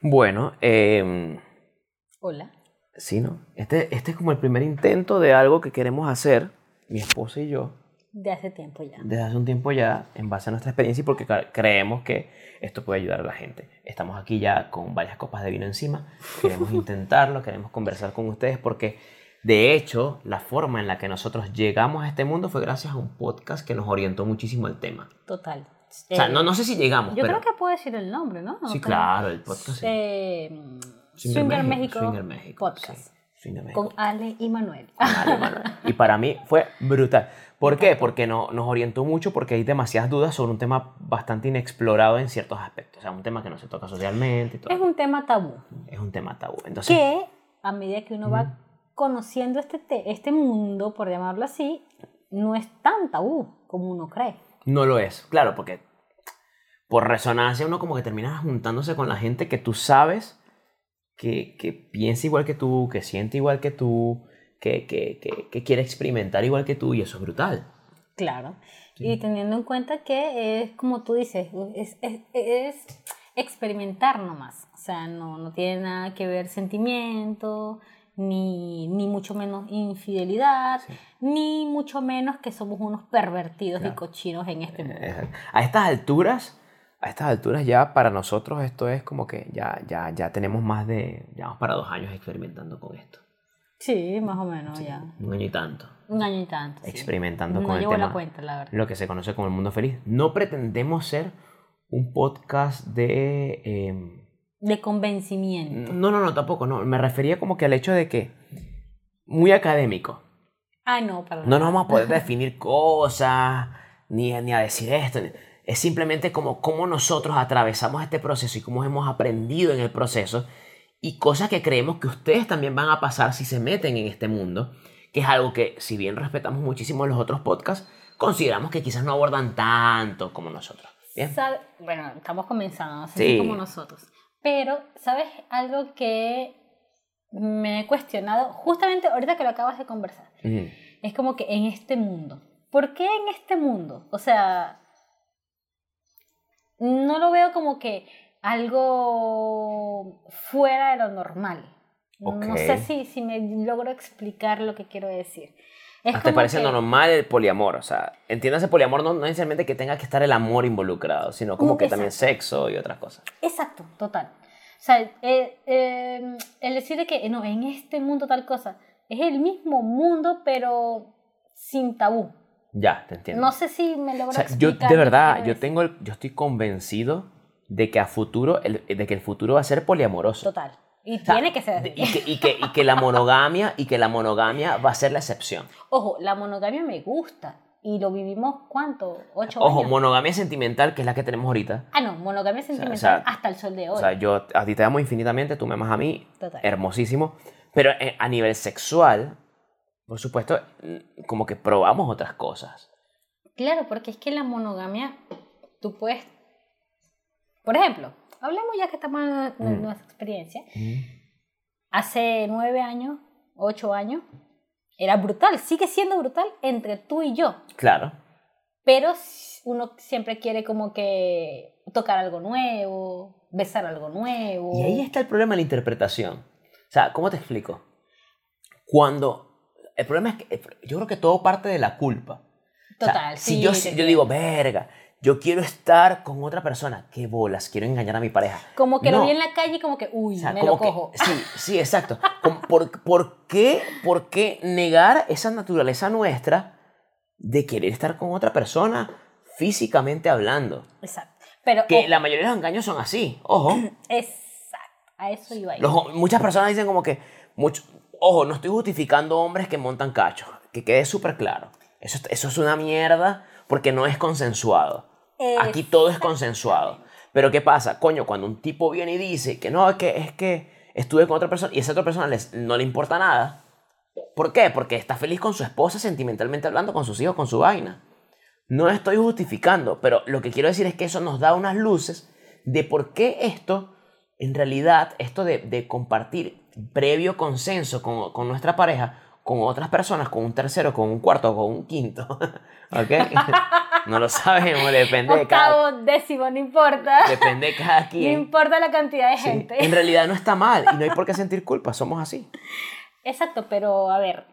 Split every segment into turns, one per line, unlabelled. Bueno, eh,
Hola.
sí, ¿no? Este, este es como el primer intento de algo que queremos hacer, mi esposa y yo,
De hace tiempo ya.
desde hace un tiempo ya, en base a nuestra experiencia y porque cre- creemos que esto puede ayudar a la gente. Estamos aquí ya con varias copas de vino encima, queremos intentarlo, queremos conversar con ustedes porque, de hecho, la forma en la que nosotros llegamos a este mundo fue gracias a un podcast que nos orientó muchísimo el tema.
Total.
O sea,
Eh,
no, no sé si llegamos,
Yo
pero...
creo que puedo decir el nombre, ¿no?
Sí,
Pero-
claro, el podcast. sí.
Eh, mm,
Swinger
Swinger, México,
Swinger México,
Podcast.
sí. Swinger México. Ah,
Con Ale y Manuel.
Vale, Manuel. Y para mí fue brutal. ¿Por qué? Porque no, nos orientó mucho porque hay demasiadas dudas sobre un tema bastante inexplorado en ciertos aspectos. O sea, un tema que no se toca socialmente y todo.
Es un tema tabú.
Es un tema tabú. Entonces,
Que a medida que uno va conociendo este, te- este mundo, por llamarlo así, no es tan tabú como uno cree.
no lo es. Claro, porque por resonancia uno como que termina juntándose con la gente que tú sabes que, que piensa igual que tú, que siente igual que tú, que, que, que, que quiere experimentar igual que tú y eso es brutal.
Claro. Y teniendo en cuenta que es como tú dices, es, es- es experimentar nomás. O sea, no, no tiene nada que ver sentimiento, ni, ni mucho menos infidelidad, ni mucho menos que somos unos pervertidos y
Claro. Eh,
cochinos en este mundo.
Exacto. A estas alturas, a estas alturas ya para nosotros esto es como que ya, ya, ya tenemos más de, ya vamos para dos años experimentando con esto.
Sí, más o menos, ya.
Un año y tanto.
Un año y tanto. sí.
Experimentando
no
con el
llevo
tema.
la cuenta, la verdad.
Lo que se conoce como el mundo feliz. No pretendemos ser un podcast de... eh,
De convencimiento.
no, no, no, tampoco, no. Me refería como que al hecho de que... Muy académico.
Ah, no, perdón.
No nos vamos a poder definir cosas, ni, ni a decir esto. ni- Es simplemente como cómo nosotros atravesamos este proceso y cómo hemos aprendido en el proceso y cosas que creemos que ustedes también van a pasar si se meten en este mundo, que es algo que, si bien respetamos muchísimo los otros podcasts, consideramos que quizás no abordan tanto como nosotros. Bien.
Sabe- Bueno, estamos comenzando, no sé
Sí.
si como nosotros. Pero, ¿sabes algo que me he cuestionado justamente ahorita que lo acabas de conversar?
Ujú.
Es como que en este mundo. ¿Por qué en este mundo? O sea, no lo veo como que algo fuera de lo normal. No
Ok.
sé si, si me logro explicar lo que quiero decir. Es
¿Te
como
parece
que-
lo normal el poliamor? O sea, entiéndase poliamor no, no necesariamente que tenga que estar el amor involucrado, sino como
Mm,
que también sexo y otras cosas.
Exacto, total. O sea, eh, eh, el decir de que eh, no, en este mundo tal cosa, es el mismo mundo, pero sin tabú.
Ya, te entiendo.
No sé si me logro
O sea, yo
explicar.
de
lo que
verdad,
quiero
yo
decir.
tengo el- yo estoy convencido de que a futuro, el, de que el futuro va a ser poliamoroso.
Total. Y
O sea,
tiene que ser.
de-
así.
Y que, y, que, y que la monogamia y que la monogamia va a ser la excepción.
Ojo, la monogamia me gusta. Y lo vivimos, ¿cuánto? ¿Ocho
Ojo,
años?
monogamia sentimental, que es la que tenemos ahorita.
ah, no, monogamia sentimental
sea,
hasta el sol de
O
hoy.
sea, yo a ti te amo infinitamente, tú me amas a mí,
Total.
hermosísimo. Pero eh, a nivel sexual, por supuesto, mm, como que probamos otras cosas.
Claro, porque es que la monogamia, tú puedes. Por ejemplo, hablemos ya que estamos en en
Mm.
nuestra experiencia. hace nueve años, ocho años, era brutal, sigue siendo brutal entre tú y yo,
Claro.
pero s- uno siempre quiere como que tocar algo nuevo, besar algo nuevo.
Y ahí está el problema de la interpretación. O sea, ¿cómo te explico? Cuando. El problema es que eh, yo creo que todo parte de la culpa. O sea,
Total,
si
sí,
yo,
te
si yo
entiendo.
digo, verga, yo quiero estar con otra persona, qué bolas, quiero engañar a mi pareja.
Como que
no.
lo vi en la calle y como que, uy,
O sea,
me
como
lo cojo.
Que, sí, sí, exacto. Como, por, por qué, ¿Por qué negar esa naturaleza nuestra de querer estar con otra persona físicamente hablando?
Exacto. Pero, oh,
Que
ojo,
la mayoría de los engaños son así, ojo.
exacto, a eso iba a ir.
Los- muchas personas dicen como que, mucho- ojo, no estoy justificando hombres que montan cachos, que quede súper claro. Eso, es- eso es una mierda porque no es consensuado. Aquí todo es consensuado. Pero ¿qué pasa? Coño, cuando un tipo viene y dice que no, es que, es que estuve con otra persona y a esa otra persona les- no le importa nada. ¿Por qué? Porque está feliz con su esposa sentimentalmente hablando, con sus hijos, con su vaina. No estoy justificando, pero lo que quiero decir es que eso nos da unas luces de por qué esto, en realidad, esto de, de compartir previo consenso con, con nuestra pareja, con otras personas, con un tercero, con un cuarto, con un quinto. ¿Ok? No lo sabemos, depende de cada.
Octavo, décimo, no importa.
Depende de cada
No
quien.
importa la cantidad de
Sí.
gente.
En realidad no está mal y no hay por qué sentir culpa, somos así.
Exacto, pero a ver.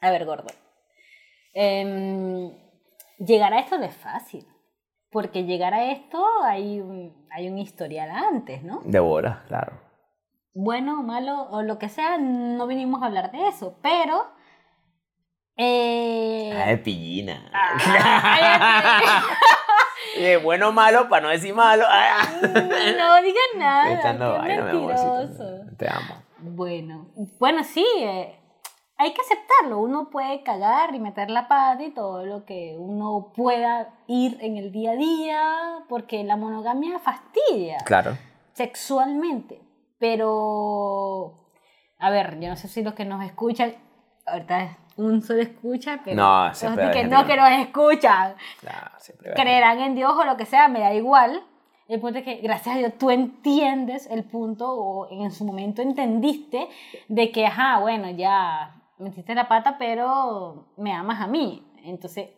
A ver, gordo. Em, llegar a esto no es fácil. Porque llegar a esto hay un, hay un historial antes, ¿no?
Devora, claro.
Bueno o malo o lo que sea, no vinimos a hablar de eso. Pero. eh, Ah,
Ay, Ah, pillina.
cállate.
Eh, bueno o malo, para no decir malo. Ah.
no digan
Estoy echando
nada. Qué
vaina, mi
mentiroso.
amorcito. Te amo.
Bueno, bueno, sí, eh, hay que aceptarlo. Uno puede cagar y meter la pata y todo lo que uno pueda ir en el día a día, porque la monogamia fastidia
Claro.
sexualmente. Pero, a ver, yo no sé si los que nos escuchan, ahorita es un solo escucha, pero
No,
los
siempre hay
que
gente
no,
que
que
no.
nos escuchan,
Nah, siempre va.
creerán en Dios o lo que sea, me da igual. El punto es que, gracias a Dios, tú entiendes el punto o en su momento entendiste de que, ajá, bueno, ya metiste la pata, pero me amas a mí. Entonces,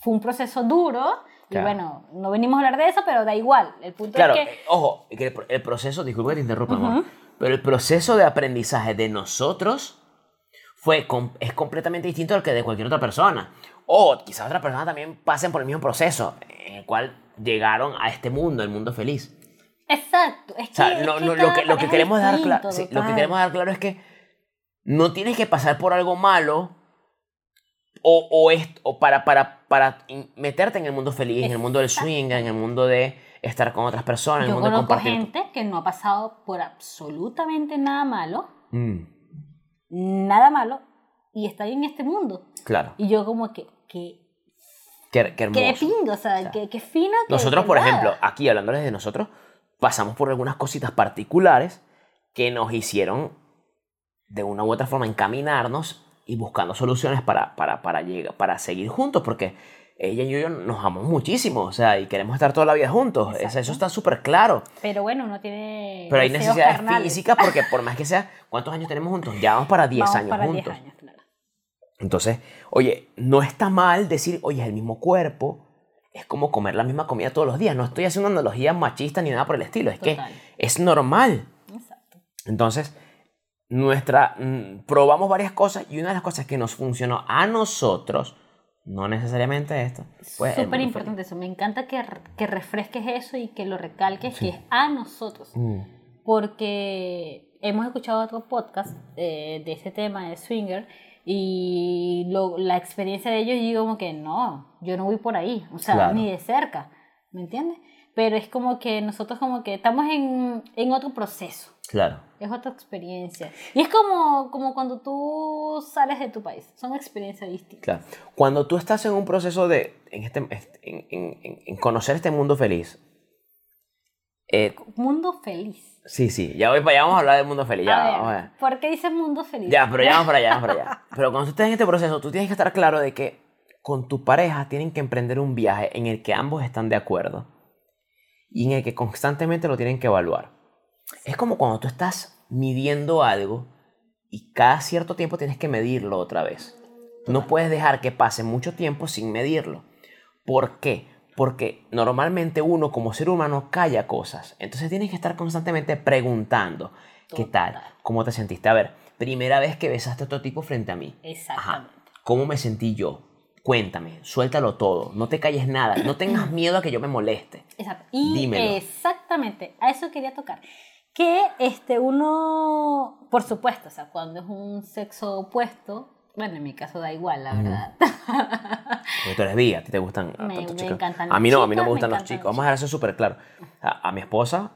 fue un proceso duro y
Claro.
bueno, no venimos a hablar de eso, pero da igual. El punto
Claro,
es que...
eh, ojo, que el, pro- el proceso, disculpa que te interrumpa,
Ujú.
amor, pero el proceso de aprendizaje de nosotros fue, com- es completamente distinto al que de cualquier otra persona. O quizás otras personas también pasen por el mismo proceso en el cual llegaron a este mundo, el mundo feliz.
Exacto. Es
O sea,
que,
no-
es que
no, lo,
cada
que, lo, que
pareja
queremos
es
dejar
distinto,
claro, sí, lo que
total.
queremos dejar claro es que no tienes que pasar por algo malo o, o, est- o para, para, para in- meterte en el mundo feliz, en el mundo del swing, en el mundo de estar con otras personas, en el
Yo
mundo de
conozco
compartir.
gente que no ha pasado por absolutamente nada malo,
Mm,
nada malo, y está en este mundo.
claro,
Y yo como que, que,
qué, qué
que de
hermoso.
pingo, o sea, que, que fino. Que,
Nosotros,
que
por
nada.
ejemplo, aquí hablándoles de nosotros, pasamos por algunas cositas particulares que nos hicieron de una u otra forma encaminarnos y buscando soluciones para, para, para, llegar, para seguir juntos, porque ella y yo nos amamos muchísimo, o sea, y queremos estar toda la vida juntos, Esa- eso,
Exacto.
está súper claro,
Pero bueno, uno tiene...
pero hay
deseos
necesidades
carnales.
físicas porque por más que sea, ¿cuántos años tenemos juntos? Ya vamos para 10
Vamos
años
para 10
juntos.
años, claro.
Entonces, oye, no está mal decir, oye, es el mismo cuerpo, es como comer la misma comida todos los días. No estoy haciendo una analogía machista ni nada por el estilo, es
Total.
que es normal.
Exacto.
Entonces, nuestra, mm, probamos varias cosas y una de las cosas que nos funcionó a nosotros, no necesariamente esto, pues... el
Súper
mundo
importante eso. Me encanta que, que refresques eso y que lo recalques, que es a nosotros.
feliz. Mm,
porque hemos escuchado otro podcast eh, de este tema de swinger y lo- la experiencia de ellos y digo como que no, yo no voy por ahí, o sea,
Claro.
ni de cerca, ¿me entiendes? Pero es como que nosotros como que estamos en, en otro proceso,
claro.
es otra experiencia. Y es como, como cuando tú sales de tu país, son experiencias distintas.
Claro. Cuando tú estás en un proceso de en este, en, en- en- en conocer este mundo feliz, eh,
Mundo feliz.
sí, sí, ya voy para allá, vamos a hablar del mundo feliz. Ya,
a
vamos a
ver,
ver.
¿por qué dices mundo feliz?
Ya, pero ya vamos para allá, vamos para allá. Pero cuando tú estés en este proceso, tú tienes que estar claro de que con tu pareja tienen que emprender un viaje en el que ambos están de acuerdo y en el que constantemente lo tienen que evaluar. Es como cuando tú estás midiendo algo y cada cierto tiempo tienes que medirlo otra vez. No puedes dejar que pase mucho tiempo sin medirlo. ¿Por qué? Porque normalmente uno como ser humano calla cosas. Entonces tienes que estar constantemente preguntando, ¿qué tal? ¿Cómo te sentiste? A ver, primera vez que besaste a otro tipo frente a mí. Ajá.
Exactamente.
¿Cómo me sentí yo? Cuéntame, suéltalo todo, no te calles nada, no tengas miedo a que yo me moleste.
Exacto. Y
Dímelo.
exactamente, a eso quería tocar. Que este uno, por supuesto, o sea, cuando es un sexo opuesto, bueno, en mi caso da igual, la verdad.
Porque tú eres bi, a ti te gustan a
Me-
tantos
me
chicos.
encantan
a mí no, a mí no me
chicas, me
gustan los
encantan
chicos. Vamos a dejar eso súper claro. A, a mi esposa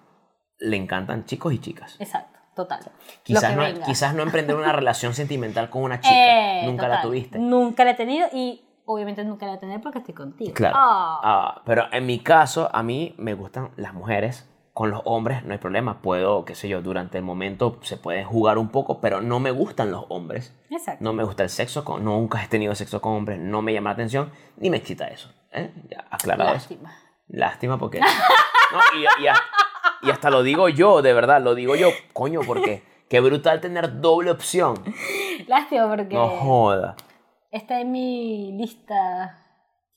le encantan chicos y chicas.
Exacto, total. Lo
Quizás
que
no,
venga.
quizás no emprender una relación sentimental con una chica.
Eh,
Nunca la
total.
tuviste.
Nunca la he tenido y obviamente nunca la he tenido porque estoy contigo.
Claro.
Ah,
Ah, pero en mi caso, a mí me gustan las mujeres. Con los hombres no hay problema. Puedo, qué sé yo, durante el momento se puede jugar un poco, pero no me gustan los hombres.
Exacto.
No me gusta el sexo, con, nunca he tenido sexo con hombres, no me llama la atención, ni me excita eso. ¿eh? Ya, aclarado eso.
Lástima.
Lástima porque. No, y, y a- y hasta lo digo yo, de verdad, lo digo yo, coño, porque Qué brutal tener doble opción.
Lástima porque
No joda.
está en mi lista.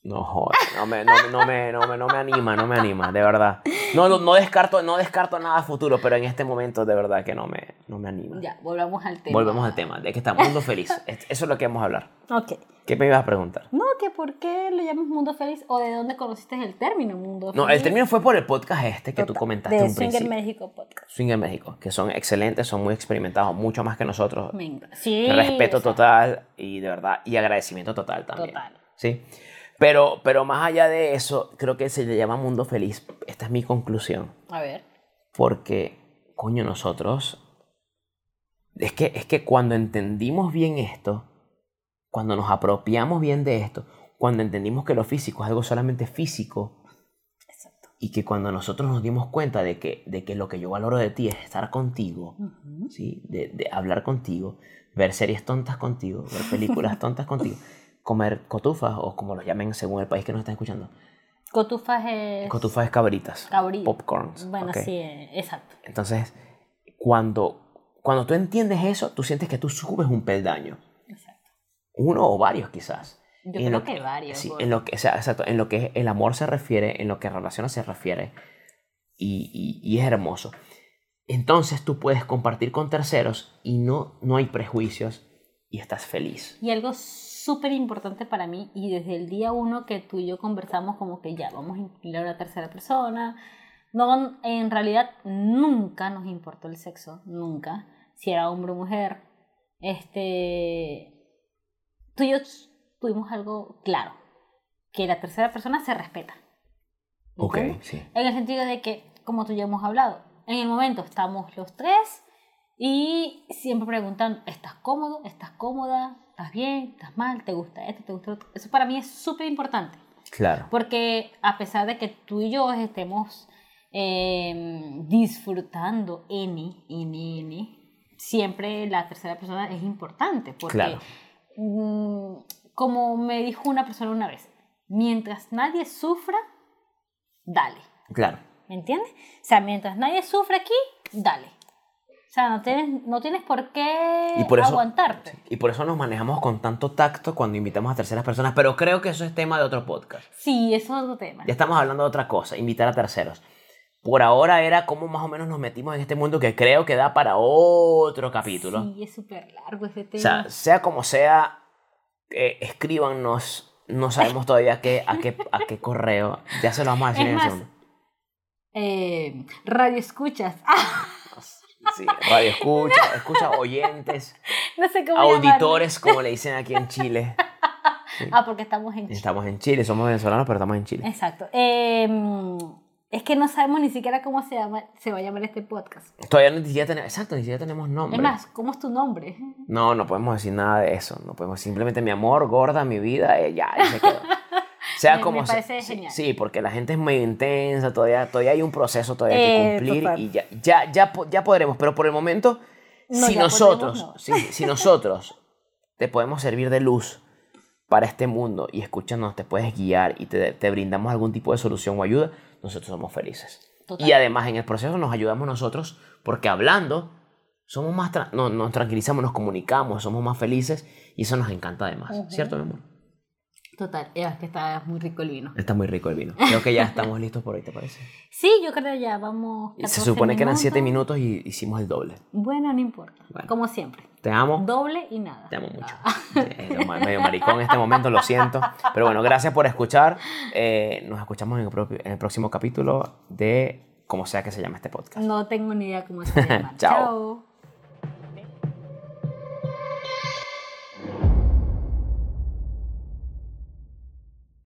No joda. No me, no, me- no me, no me, no me anima, no me anima, de verdad. No, no, no descarto, no descarto nada a futuro, pero en este momento de verdad que no me, no me anima.
Ya, volvamos al tema.
Volvemos al tema, de que estamos mundo feliz. Es- Eso es lo que vamos a hablar.
Ok.
¿Qué me ibas a preguntar?
No, que por qué le llamas mundo feliz o de dónde conociste el término mundo feliz.
No, el término fue por el podcast este que tú
Total,
comentaste
de
un
Swinger
principio.
México podcast.
Swinger México, que son excelentes, son muy experimentados, mucho más que nosotros.
Me encanta. Sí.
Respeto
o sea,
total y de verdad, y agradecimiento total también.
Total.
Sí. Pero, pero más allá de eso, creo que se le llama mundo feliz. Esta es mi conclusión.
A ver.
Porque, coño, nosotros. Es que, es que cuando entendimos bien esto, cuando nos apropiamos bien de esto, cuando entendimos que lo físico es algo solamente físico,
Exacto.
y que cuando nosotros nos dimos cuenta de que, de que lo que yo valoro de ti es estar contigo,
Ujú.
¿sí? de, de hablar contigo, ver series tontas contigo, ver películas tontas contigo, comer cotufas o como los llamen según el país que nos están escuchando.
Cotufas es.
Cotufas es cabritas.
Cabrito.
Popcorns.
Bueno,
ok.
sí, eh, exacto.
Entonces, cuando, cuando tú entiendes eso, tú sientes que tú subes un peldaño.
Exacto.
Uno o varios quizás.
Yo
en
creo
lo
que, varios.
Sí,
porque-
en lo que, o sea, exacto, en lo que el amor se refiere, en lo que relaciones se refiere, y, y- y es hermoso. Entonces tú puedes compartir con terceros y no, no hay prejuicios y estás feliz.
Y algo súper importante para mí, y desde el día uno que tú y yo conversamos, como que ya vamos a incluir a una tercera persona. No, en realidad nunca nos importó el sexo, nunca. Si era hombre o mujer. Este. Tú y yo tuvimos algo claro: que la tercera persona se respeta. ¿Entiendes?
sí.
En el sentido de que, como tú ya hemos hablado, en el momento estamos los tres y siempre preguntando, ¿estás cómodo? ¿Estás cómoda? ¿Estás bien? ¿Estás mal? ¿Te gusta esto? ¿Te gusta lo otro? Eso para mí es súper importante.
Claro.
Porque a pesar de que tú y yo estemos eh, disfrutando N, N, N, siempre la tercera persona es importante. Porque,
Claro.
mm, como me dijo una persona una vez, mientras nadie sufra, dale.
Claro.
¿Me entiendes? O sea, mientras nadie sufre aquí, dale. O sea, no tienes, no tienes por qué
Y por eso-
aguantarte.
Y por eso nos manejamos con tanto tacto cuando invitamos a terceras personas, pero creo que eso es tema de otro podcast.
Sí, eso es otro tema.
Ya estamos hablando de otra cosa, invitar a terceros. Por ahora era como más o menos nos metimos en este mundo que creo que da para otro capítulo.
Sí, es súper largo este
O
tema.
sea, sea como sea, eh, escríbanos. No sabemos todavía a qué, a, qué, a qué correo. Ya se lo vamos a decir
Es
en el
más-
segundo.
Eh, radio escuchas. Ah,
Sí, radio escucha, escucha oyentes,
no sé cómo llamarlo.
auditores, como le dicen aquí en Chile.
Ah, porque estamos en Chile.
Estamos en Chile, somos venezolanos, pero estamos en Chile.
Exacto. Eh, es que no sabemos ni siquiera cómo se, llama, se va a llamar este podcast.
Todavía ni siquiera tenemos, exacto, ni siquiera tenemos nombre.
Es más, ¿cómo es tu nombre?
No, no podemos decir nada de eso. No podemos simplemente mi amor, gorda, mi vida, eh, ya, ahí se quedó. Sea
Me-
como
me
sea-
parece
sí,
genial.
Sí, porque la gente es muy intensa, todavía, todavía hay un proceso todavía que
Eh,
cumplir
total.
y ya, ya, ya, po- ya podremos, pero por el momento,
No,
si
ya
nosotros,
podremos, no.
si, si nosotros te podemos servir de luz para este mundo y escuchándonos te puedes guiar y te, te brindamos algún tipo de solución o ayuda, nosotros somos felices.
Total.
Y además en el proceso nos ayudamos nosotros porque hablando somos más tra- no, nos tranquilizamos, nos comunicamos, somos más felices y eso nos encanta además,
Ujú.
¿cierto, mi amor?
Total, Eva, es que está muy rico el vino.
Está muy rico el vino. Creo que ya estamos listos por hoy, ¿te parece?
Sí, yo creo ya vamos.
Y se
14
supone que eran 7 minutos y hicimos el doble.
Bueno, no importa.
Bueno.
Como siempre.
Te amo.
Doble y nada.
Te amo mucho. Eh, lo ma- medio maricón en este momento, lo siento. Pero bueno, gracias por escuchar. Eh, nos escuchamos en el, propio- en el próximo capítulo de como sea que se llame este podcast.
No tengo ni idea cómo se llama.
Chao.
Chao.